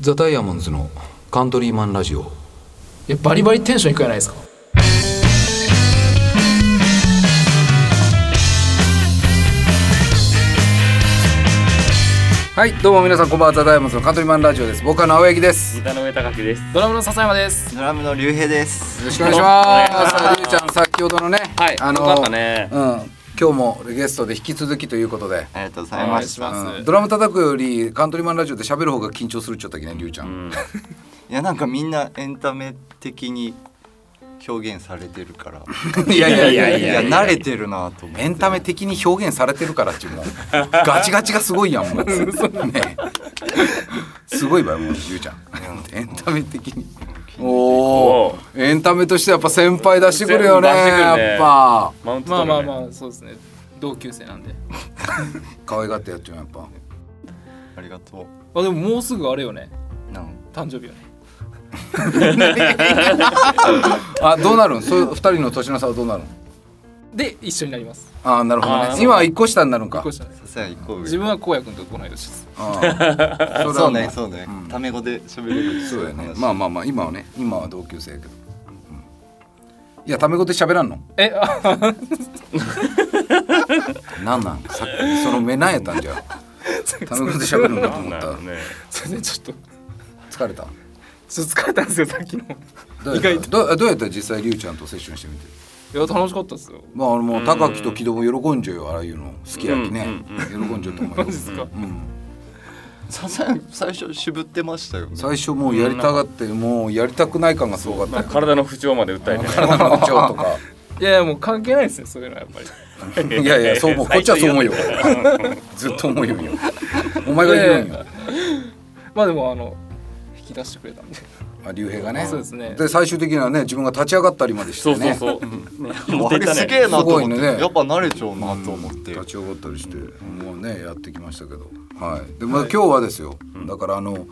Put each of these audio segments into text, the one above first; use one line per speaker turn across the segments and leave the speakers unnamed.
ザ・ダイヤモンズのカントリーマンラジオ
いやバリバリテンションいくじゃないですか
はいどうも皆さんこんばんはザ・ダイヤモンドのカントリーマンラジオです僕は直之ですよ
歌の上隆です。
ドラムの笹山です
ドラムの竜兵です。
ろしくお願いしま
お願いし
す
ます
りゅうちゃん先ほどのね、
はい、
あ
あ
の
の、よかったね。
うん今日もゲストで引き続きということで、
ありがとうございまし
お願い
た。
しま
うんドラム叩くよりカントリーマンラジオで喋る方が緊張するっちゃったっけねりゅうちゃん、
うん、
いやなんかみんなエンタメ的に表現されてるから、
いやいやいや
いや
い
い
や
や慣れてるなと思って。
エンタメ的に表現されてるからっていうもうガチガチがすごいやんもう、ねえ、すごいわよもうりゅうちゃんエンタメ的におお
お
エンタメとしてやっぱ先輩出してくるよね
出してくるね
やっぱ
マウント
まあ
取るね
まあまあそうですね同級生なんで
可愛がってやってるやっぱ
ありがと
あでももうすぐあれよね
う。なん
誕生日よね
あどうなるんそういう二人の年の差はどうなるん
で一緒になります
あーなるほど
あ
ね
ー
今は一個下になるんか
こうしたね
ささや行こう
自分はこうやくんと同い年です
あーそれ
よ。
は
そ
も
うねそうね
うん。
タメ語で喋れる。
そうだよねまあまあまあ今はね今は同級生やけど、うんいやタメ語で喋らんの
えあ
なんなんさっきその目なんやったんじゃタメ語で 喋るんだと思っ
な
た
るほどね。
すいませんちょっと
疲れた
ちょっと疲れたんですよさっきの
どうやったどうどうやった実際りゅうちゃんとセッションしてみて
いや楽しかったですよ
まあ俺もう高木と木戸も喜んじゃうよああいうの好きやきね、
う
喜んじゃうと思う
マ
よ
ジですか、
うん、
ささや最初渋ってましたよね。
最初もうやりたがってもうやりたくない感がすごかった
まあ
よ
体の不調まで訴えてね。
体の不調とか
いやいやもう関係ないですねそういうのはやっぱり
いやいやそう思うこっちはそう思うよずっと思うよお前が言うんよ
まあでもあの引き出してくれたんで
あ竜兵がね
そうですね
最終的にはね自分が立ち上がったりまでして
そう
ね
そうそう。ね持っ
あ
てっ
れ
た
すげえ
ね。
なと思って。
すごいね
やっぱ慣れちゃうなと思って。
立ち上がったりして、もうねやってきましたけどはいでまあ今日はですよ、だからあの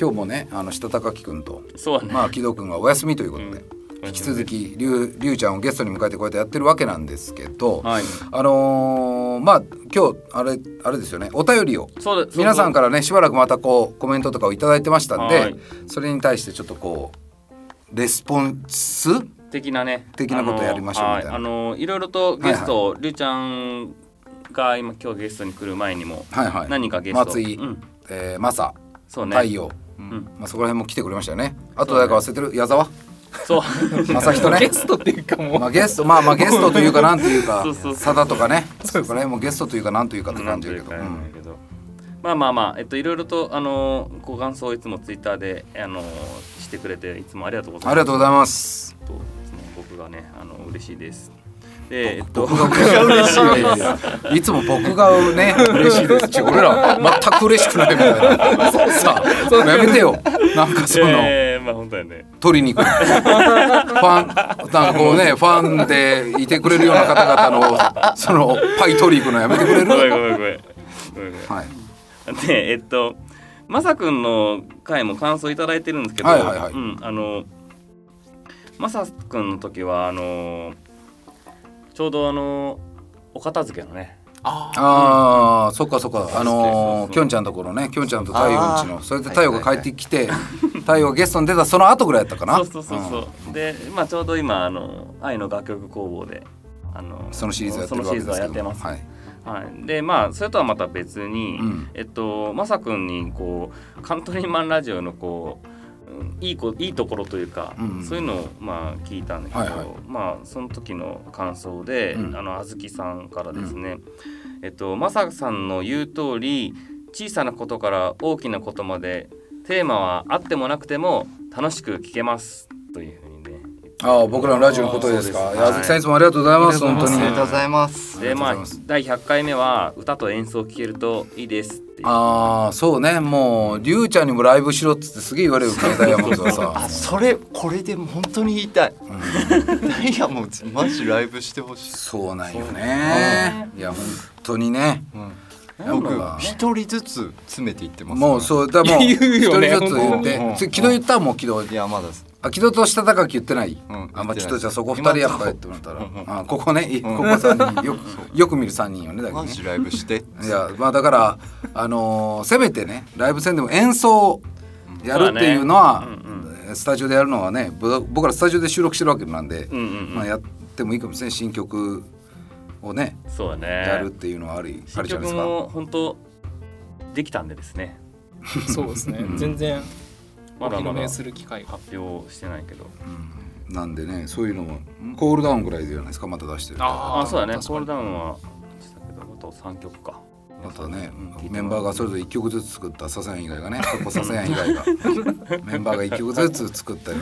今日もねあの下高木君と
そうだね。
まあ木戸君がお休みということで、引き続きりゅうりゅうちゃんをゲストに迎えてこうやってやってるわけなんですけど、
はい
あのーまあ今日あれあれですよねお便りを
そうだ。
皆さん
か
からねしばらくまたこうコメントとかを頂いただいてましたんで、
はい
それに対してちょっとこうレスポンス
ら的なね。
的なことやりましょうみたいな
あのはいあのいろいろとゲストをりゅうちゃんが今今日ゲストに来る前にも
はいはい
何人かゲスト。
松井、
うん
えーマサ、
そうね。
太。陽、
うん。
まあ、そこら辺も来てくれましたよねあと誰か忘れてる矢沢
そう。
正人ね
ゲストっていうかもう
まあゲストまあまあゲストというかなんという か
そうそうそう
さだとかねそこら辺もゲストというかなんという かって感じだけど、
な
うん
というか
ん
だけどまあまあまあえっといろいろとあのーご感想をいつもツイッターであのーしてくれていつもありがとうございます。
ありがとうございます
えっといつも僕がねあの嬉しいです。でえっ と
僕が嬉しいですいつも僕がね嬉しいですち俺ら全く嬉しくないみたいなそうさもうやめてよなんかその、
えー、まあ本当やね。
取りに行くファンなんかこうねファンでいてくれるような方々のそのパイ取りに行くのやめてくれ
ごめん
る
ごめんごめん。ごめんご
はい
めんでえっとまさくんの回も感想いただいてるんですけど、
はいはいはい
うんあのまさくんの時はあのちょうどあのお片付けのね
ああ、そっかそっか。あ
そうそう
の
そ
ー、
う
きょんちゃんところね、きょんちゃんと太陽んち
あ
の、
ー
それで太陽が帰ってきて、太陽がゲストに出たその後ぐらいやったかな。
そうそうそうそう、で、まあ、ちょうど今あの愛の楽曲工房であの
そのシリーズやってるわ
そのシ
け
リ
ですけど
ーズはやってます、
は
はい
い。
でまあそれとはまた別に、
うん
えっとまさくんにこうカントリーマンラジオのこううんいいこいいところというか、
うんうん
そういうのをまあ聞いたんだけど、
はいはい
まあその時の感想で、
うん
あのあずきさんからですね、えっとまささんの言う通り小さなことから大きなことまでテーマはあってもなくても楽しく聞けますというふうにね
ああ、僕らのラジオのことです
そ
か。い
うです
やあずきさんいつもありがとうございます。本当に
あり
あり
がとう
がとう
ご
ご
ざ
ざいます。
でま
あ
あ
りがとうございます
第100回目は歌と演奏を聴けるといいですっていう
ああ、そうね。もうりゅうちゃんにもライブしろっつってすげえ言われるからダイヤモンドは
あ
さ。
それこれで本当に言いたい。ダイヤモンドマジライブしてほしい。
そうなんよね。いや本当にね。
うん
なん
僕
か
一人ずつ詰めていってますから。
もうそうだ もう
言
一
うよ
人
ね
ずつ言っ
うん
て、つ木戸言ったもう木戸
い。やまだです。
あ、木戸と下高木言ってない。
ん
あ、まあ、
言ってない
木戸じゃ、そこ二人やっぱやってもらったら。あ、ここね、いここ三人、よく、よく見る三人よね、だけど
マ
ね。
ジライブして。
いや、まあ、だから、あのーせめてね、ライブ戦でも演奏を。やるっていうのは
そうだね
スタジオでやるのはねぼ僕らスタジオで収録してるわけなんで、
うんうんうん
まあ、やってもいいかもしれない新曲をね
そうだね
やるっていうのはあり、あ
新
りじゃない
曲
ですか。
も本当できたんでですね
そうですね
うん
全然お
まだ
披露
まだ
目
発
する機会が
表してないけど
うんなんでねそういうのもコールダウンぐらいじゃないですかまた出してるから
ああそうだねコ
確かに
ールダウンはしたけどあと3曲か
またね
うん
メンバーがそれぞれ1曲ずつ作ったササヤン以外 がね過去ササヤン以外がメンバーが1曲ずつ作ったり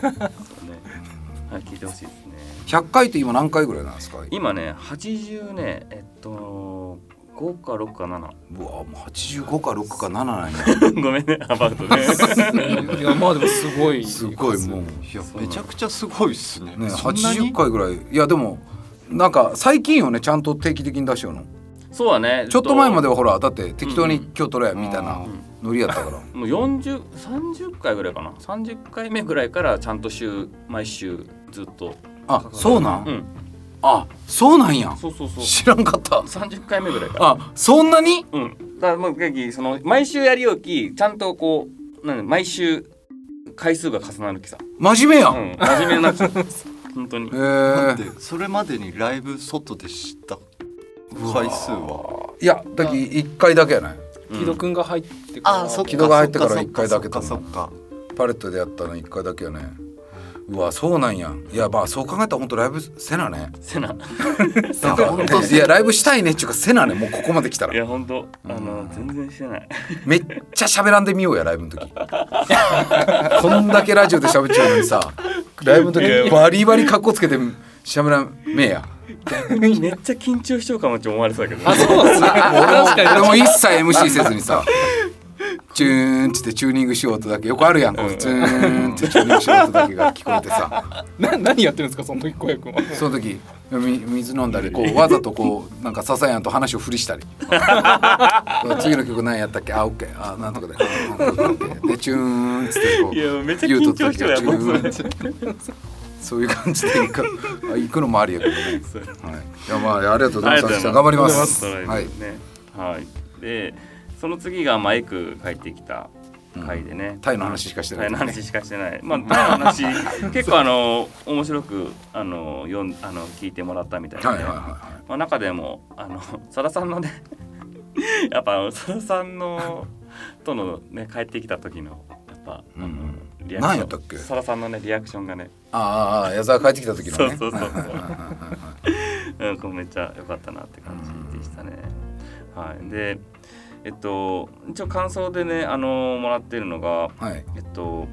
そうねはい聞いてほしいですね
100回って今何回ぐらいなんですか
今ね80ねえっと5か6か7
うわもう85か6か7なんや
ごめんねアバウ ト ね
いやまあでもすごい
すごいもう、ね、
いやめちゃくちゃすごいっすねそんなに
80回ぐらいいやでもなんか最近よねちゃんと定期的に出しようの
そうだね
ちょっと前まで
は
はほらだって適当に今日撮れみたいな
うん
ノリやったから
もう4030回ぐらいかな30回目ぐらいからちゃんと週毎週ずっと
あそうな
うんん
あそうなんや
そうそうそう
知らんかった
30回目ぐらいから
あそんなに
うん、だからもう結局その毎週やりおきちゃんとこうなんだ毎週回数が重なるきさ、
真面目や、
うんん、真面目な 本当に
え
だっ
ー
てそれまでにライブ外で知った回数はい
やだき一回だけやない
木戸くんが入ってから
あそっか
木戸が入ってから一回だけ
そっかそっか
パレットでやったの一回だけやねうわそうなんやいやまあそう考えたら本当ライブせなね
せな
そっか
なんかいやライブしたいねっちゅうかせなねもうここまで来た
い
ら
や本当あの全然してない
めっちゃ喋らんでみようやライブの時こんだけラジオで喋っちゃうのにさライブの時バリバリカッコつけて喋らんめえや
めっちゃ緊張しちゃうかもって思われてたけど
あそう ですね確か
俺
に
も一切 MC せずにさチューンっつってチューニングしようとだけよくあるやんこうチューンってチューニングしようとだけが聞こえてさ
な何やってるんですかその時小籔君は
その時み水飲んだりこうわざとこうなんか笹谷と話を振りしたり 次の曲何やったっけあオッケーあなんとかででチューンっつってこう
いやめっちゃ
言
緊
う
張しちゃうやん
とった時は
僕
チューンっつってそういう感じで行くあ行くのもありやけどね、はい、いやまあありがとうございます頑張ります
は
はいい、
ねはい、でその次がマイク帰ってきた回でね、
タイの話しかしてない、
タイの話しかしてない。まあタイの 話結構あの面白くあの読んあの聞いてもらったみたいで、
はいはいはいは
まあ中でもあのさださんのね やっぱさださんのとのね帰ってきた時のやっぱあの、
うん
リアクシ
何やったっけ
ョンさださんのねリアクションが
い
ね、
ああああ矢沢帰ってきた時
そ
の
う
ね
そうそう
はいはいはい
うん、これめっちゃ良かったなって感じでしたね。はいでえっと一応感想でねあのもらってるのが
はいはい
えっと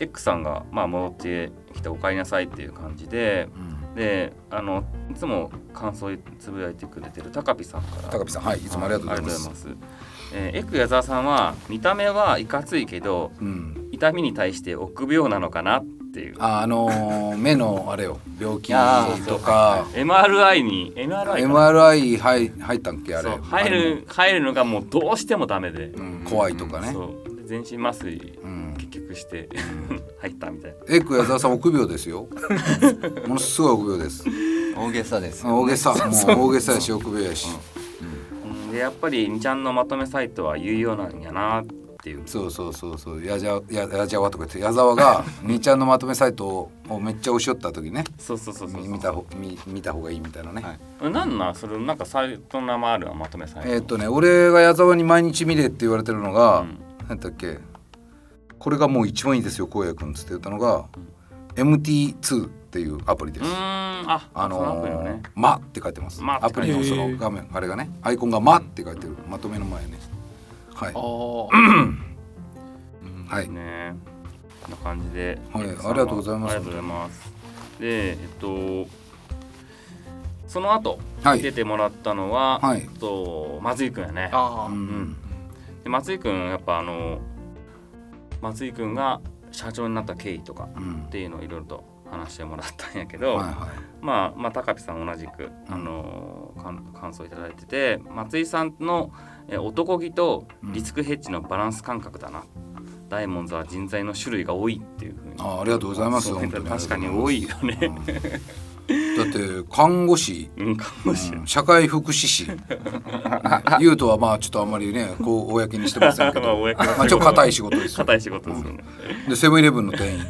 X さんが、まあ、戻ってきて「おかえりなさい」っていう感じで
うん
であのいつも感想をつぶやいてくれてる高ピさんから
高木さんはいいつもありがとうございます
ありがとうございますえーエク矢沢さんは見た目はいかついけど
うん
痛みに対して臆病なのかなっていう
ああのー目のあれよ病気
あー
とか
MRI に MRI かな
MRI 入入ったんけあれ
そう入る入るのがもうどうしてもダメで、
うん怖いとかね
そうで全身麻酔
うん
結局して 入ったみたいな
エイク矢沢さん臆病ですよ ものすごい臆病です
大げさですよね
大 げさもう大げさやし臆病やし
うんでやっぱり2ちゃんのまとめサイトは有用なんやなっていう
そうそうそうそう矢沢矢矢沢とか言って矢沢 が兄ちゃんのまとめサイトをめっちゃ押し寄った時ね
そうそうそうそう
見たほ見見た方がいいみたいなね
はい
なんなんそれなんかサイトの名前あるわまとめサイト
えーっとね俺が矢沢に毎日見れって言われてるのが、
うん
なんだっけこれがもう一番いいですよこうやくんっつって言ったのが、MT2 っていうアプリで
う
す。
ーんあ
あ
その
の
アプリの
ー
ね
マって書いてます。
マって
ア
書
プ
いて
リ
ま
の
す
その画面あれがね、アイコンがマって書いてるまとめの前ね。はい
あー
はい。
ねこんな感じで、
はい
エクさん
ありがとうございます
ありがとうございますでえっとその後、
はい
出てもらったのは、
はい
えっと松井くんやね
あ
う
ー
ん。
で松井くんやっぱあの松井くんが社長になった経緯とか
う
っ
ん。
ていうのをいろいろと話してもらったんやけ
は
ど、
いは
まあ、まあ高木さん同じく、あのー感感想いただいてて松井さんのえー男気とリスクヘッジのバランス感覚だな、ダイモンズは人材の種類が多いっていうふうに
あーありがとうございます
そう
本当に
確かに多いよね、
い。だって看護師
うんかもしれない
社会福祉士 ね言うとはまあちょっとあんまりねこう公にしてませんけ
まあ
ど
公にしても
まあちょっと硬い仕事ですよ
硬い仕事ですよね、
でセブンイレブンの店員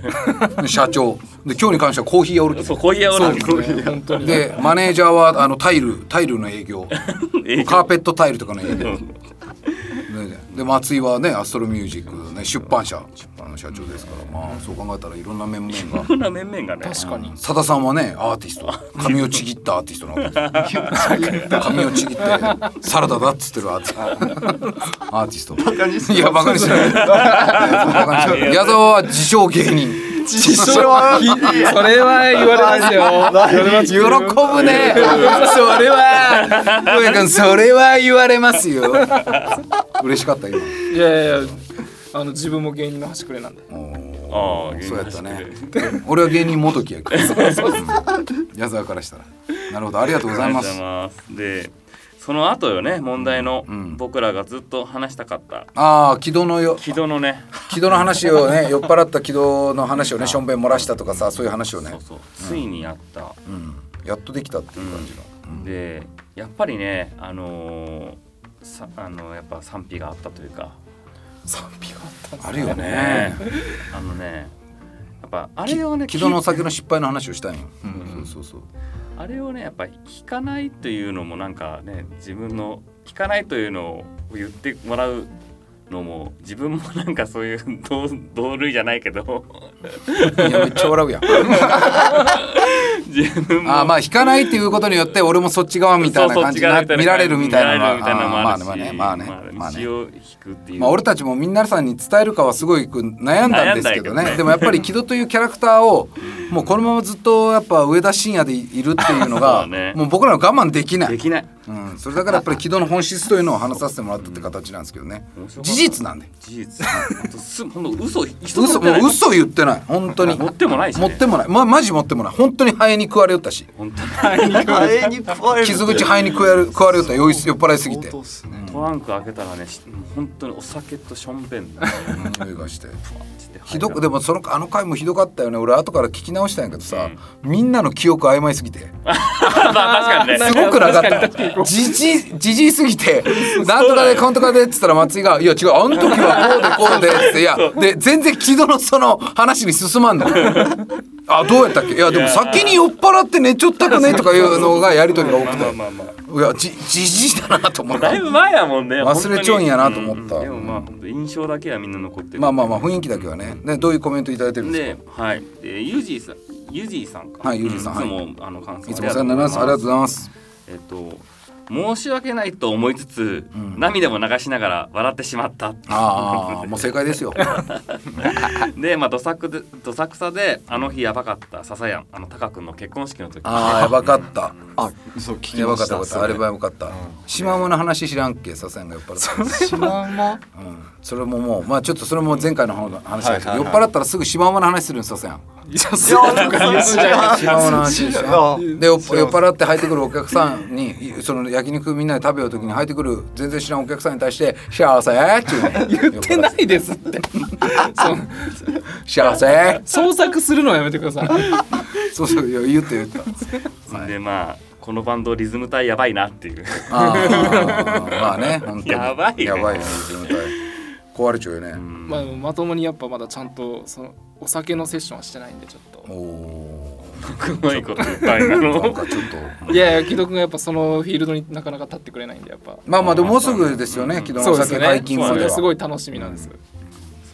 で社長で今日に関してはコーヒー屋を売る
そうこういうやおらん
そうですね本当に
でマネージャーはあのタイルタイルの営業
営業
カーペットタイルとかの営業
う
で
ん
で松井はねアストロミュージックの、ね、出版社あの社長ですからまあそう考えたらいろんな面々
こ
が
んな面々がね
確かに
さださんはねアーティスト髪をちぎったアーティストなわけ ですよ髪をちぎってサラダだっつってるアーティス トアーティスト
バカにして
いやバカにしないバカにしない矢沢は自称芸人
自称それは言われますよ言われます
喜ぶねそれ は小屋君それは言われますよ嬉しかった今
いやいやいやあの自分も芸人の端くれなんで
お
あ
ー
ー
そうやったね
芸
俺は芸人元木や けど矢沢からしたらなるほどありがとうございま
あり
す
がとうございますでその後よね問題の
ん
僕らがずっと話したかった
ああ木戸のよ
木戸のね
木戸の話を ね酔っ払った木戸の話をねしょんべん漏らしたとかさそういう話をね
そうそうついにやった、
うんやっとできたっていう感じの
でやっぱりねあのーさあのやっぱ賛否があったというか
賛否があったんです
あるよね
あのねやっぱあれをね
木戸のお酒の失敗の話をしたいんよそうそうそう
あれをねやっぱ聞かないというのもなんかね自分の聞かないというのを言ってもらうのも自分もなんかそういう 同同類じゃないけど
いやめっちゃ笑うやん
自分も
あーまあ引かないっていうことによって俺もそっち側みたいな
そうそ
感
っ
じ
ち
にな
側みたいな
見られるみたいなのは
見られるみたいなのもある
あ
し
ーまあねまあねまあねまあ
一
ね。
応引くっていう、
まあ、俺たちもみんなさんに伝えるかはすごいこう悩んだんですけど
悩んだ
ね
けどね
でもやっぱり木戸というキャラクターをもうこのままずっとやっぱ上田晋也でいるっていうの
そうだ
が
ね
もう僕らは我慢できない
できない
うん、それだからやっぱり木戸の本質というのを話させてもらったって形なんですけどね
面白かった
事実なんで
事実ほんとすほんと嘘一つ
嘘
持って
も
ないう
嘘言ってない本当に
持ってもないし、ね、
持ってもないまマジ持ってもない本当にハエに食われよったし
本当に
ハエに食われる
傷口ハエに食われ食われよった酔い酔っ払いすぎ
相
て
当っすね
トランク開けたらねし本当にお酒とションベン
匂いがしてひどくでもそのあの回もひどかったよね俺後から聞き直したんやけどさ、みんなの記憶曖昧すぎて
まあ確かにね
すごくなかったじじじじいすぎ てなんとかでこんとかでっつったら松井が「いや違うあの時はこうでこう で」って「いやで全然木戸のその話に進まん の」あどうやったっけいやでも先に酔っ払って寝ちょったくねとかいうのがやりとりが多くて
まあまあまあ
いやじじじいだなと思った
だいぶ前やもんね
忘れちょんやなと思った
本当にうんでもまあ本当印象だけはみんな残ってる
まあまあまあ雰囲気だけはねねどういうコメントいただいてるんですか
ではいでユージーさんユージーさんか
はいユージーさん
いつもあの感想
いつもお世話になりますありがとうございます
えっと申し訳ないと思いつつ、涙も流しながら笑ってしまった
ああもう正解ですよ
でまあどさくでどさくさであの日やばかった笹やんあのタカ君の結婚式の時
ああやばかった
あそう聞き
やば
ま
か
し
ったやば
た
かっ
そ
たあ
れ
れはやばかった島間の話知らんけささんが酔っ払った
シマウマ
うんそれももうまあちょっとそれも前回の方の話だけど
はい
酔
は
っ
いはい
払ったらすぐ島間の話するんささん
いやなんか
島間の話でし ょ
うん
で酔っ酔っ払って入ってくるお客さんにいその焼肉みんなで食べようときに入ってくる全然知らんお客さんに対して「幸せ」っていうの
言ってないですって
幸せ
そう創作するのはやめてください
そうそういや言った言った
でまあこのバンドリズム隊やばいなっていう
あーまあね本当に
やばいね
やばいね本当に壊れちゃうよね、
まあでもまともにやっぱまだちゃんとそのお酒のセッションはしてないんでちょっと
おお
うまいこと言ったんや
ーなん
ろ
かちょっと
いやいや木戸君がやっぱそのフィールドになかなか立ってくれないんでやっぱ
まあまあでももうすぐですよね昨日のお酒解禁
そ
ま
れ
で
が
は
すごい楽しみなんです、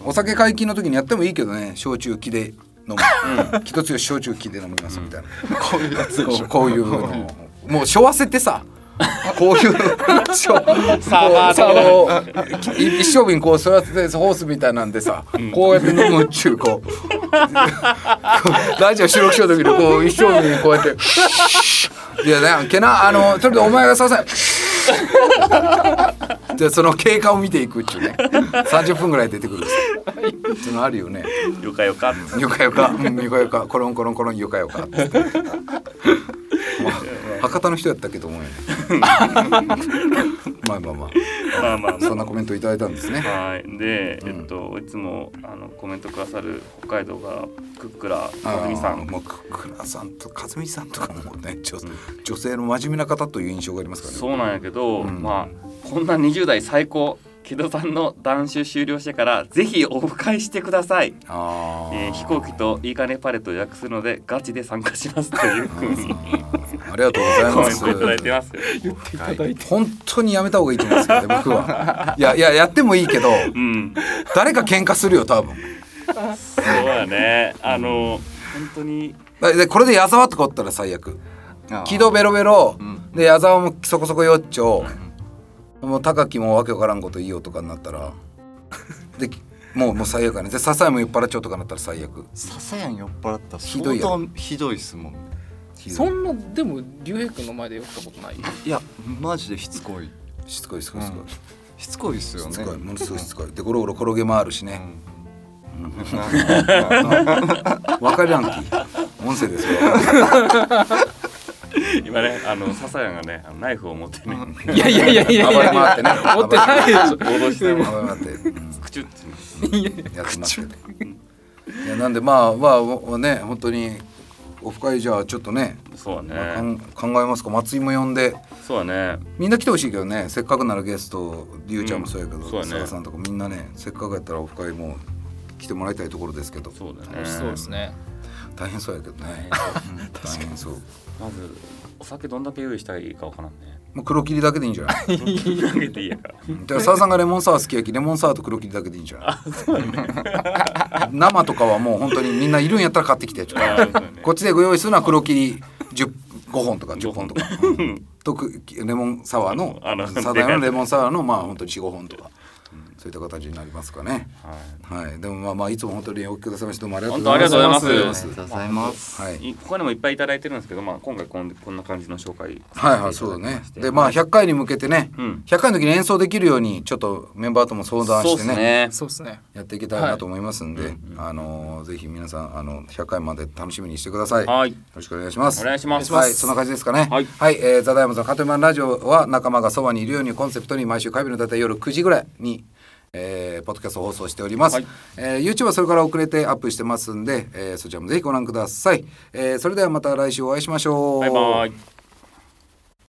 お酒解禁の時にやってもいいけどね焼酎木で飲む一つ焼酎木で飲みますみたいな
こういうやつで
こ
し
う
ょ
こういうのをもうしょわせてさこういうしょ
サーバーとか
こうさこうい一升瓶こう育ててホースみたいなんでさこうやって飲むっちゅうこうこうラジオ収録しようときにこう一升瓶こうやっていやなんけなあのそれでお前がささでその経過を見ていくっちゅうね30分ぐらい出てくるんですよそういうのあるよね
よかよか
よかよか、うん、よかよか、コロンコロンコロンよかよか。まあ博多の人やったっけと思 うよねまあまあま
まあまあ
あそんなコメントいただいたんですね
はい、で、
うん
えっと、いつもあのコメントくださる北海道がクックラ
あ
和美さ
ー
ん
もうくくらさんとかずみさんとかもね女
ん
女性の真面目な方という印象がありますからね
そうなんやけど、
うん
まあこんな20代最高木戸さんの断酒終了してからぜひオフ会してください、
あー
えー飛行機といいかねパレットを予約するのでガチで参加します という
あ
ふうに
ーありがとうござい
コ
ま
メントいただい
す
てます
言
よ
っていただいて
本当にやめた方がいいと思います けどね僕はいやいややってもいいけど
うん
誰か喧嘩するよ多分
そうだねあの本当に
だでこれで矢沢とかおったら最悪
あー
木戸ベロベロ、
うん
で矢沢もそこそこよっちょ、もう高木もわけわからんこと言いようとかになったらでもうもう最悪やねで笹谷も酔っ払っちゃうとかなったら最悪
笹谷に酔っ払ったら
ひどい
相
やろ
当ひどいっすもんね
そんなでも竜兵君の前で酔ったことない
いやマジでしつこい
しつこいしつこいしつこい、
うんしつこいっすよね
しつこいものすごいしつこいでゴロゴロ転げ回るしね、 分かりゃんき音声ですよ
今ねあの笹谷がねあのナイフを持ってね
いやいやいやいやい
暴れ回っ
や
てね
持ってないでしょ
脅してね
暴れ回ってうん
クチュッてね
やってますけどいやなんでまあまあおね本当にオフ会じゃあちょっとね、
そう
まあ
だ
か
ね
ん考えますか松井も呼んで
そうだね
みんな来てほしいけどねせっかくならゲストりゅうちゃんもそうやけど、
うん
さ
そう
ら
やね
さんとかみんなねせっかくやったらオフ会も来てもらいたいところですけど
そうだね
楽しそうですね
大変そうやけどね 大変そう
まずお酒どんだけ用意したらいいかわからんね。
もう黒切りだけでいいんじゃ ないだ
投げていいやから。
からさらさんがレモンサワー好きやきレモンサワーと黒切りだけでいいんじゃない 生とかはもう本当にみんないるんやったら買ってきてちょっと
あーそうだね
こっちでご用意するのは黒切り10 5本とか10本とか、うん、とくレモンサワーの
あの
サダヤのレモンサワーのまあ本当に45本とか、そういった形になりますかね。はい、でもまあまあいつも本当にお聞きくださいましてどうもありがとうございます。
本当ありがとうござい
あ
ま
りが
す
とうございます
はい
い他にもいっぱいいただいてるんですけど、まあ今回こんこんな感じの紹介させていた
は
だ
い
きまして。
はいそうだね。でまあ100回に向けてね、
うん
100回の時に演奏できるようにちょっとメンバーとも相談
そう
して
です
ね
ね。
そうですね
やっていけたらなと思いますんで、あのーぜひ皆さんあの100回まで楽しみにしてください。
はい
よろしくお願いします。
お願いします
はいそんな感じですかね。
はい
えーザダイムズのカトリマンラジオは仲間がそばにいるようにコンセプトに毎週火曜日のだいたい夜9時ぐらいに。えーポッドキャストを放送しております、
はい
えー YouTube はそれから遅れてアップしてますんで、えーそちらもぜひご覧ください、えーそれではまた来週お会いしましょう
バイバイ。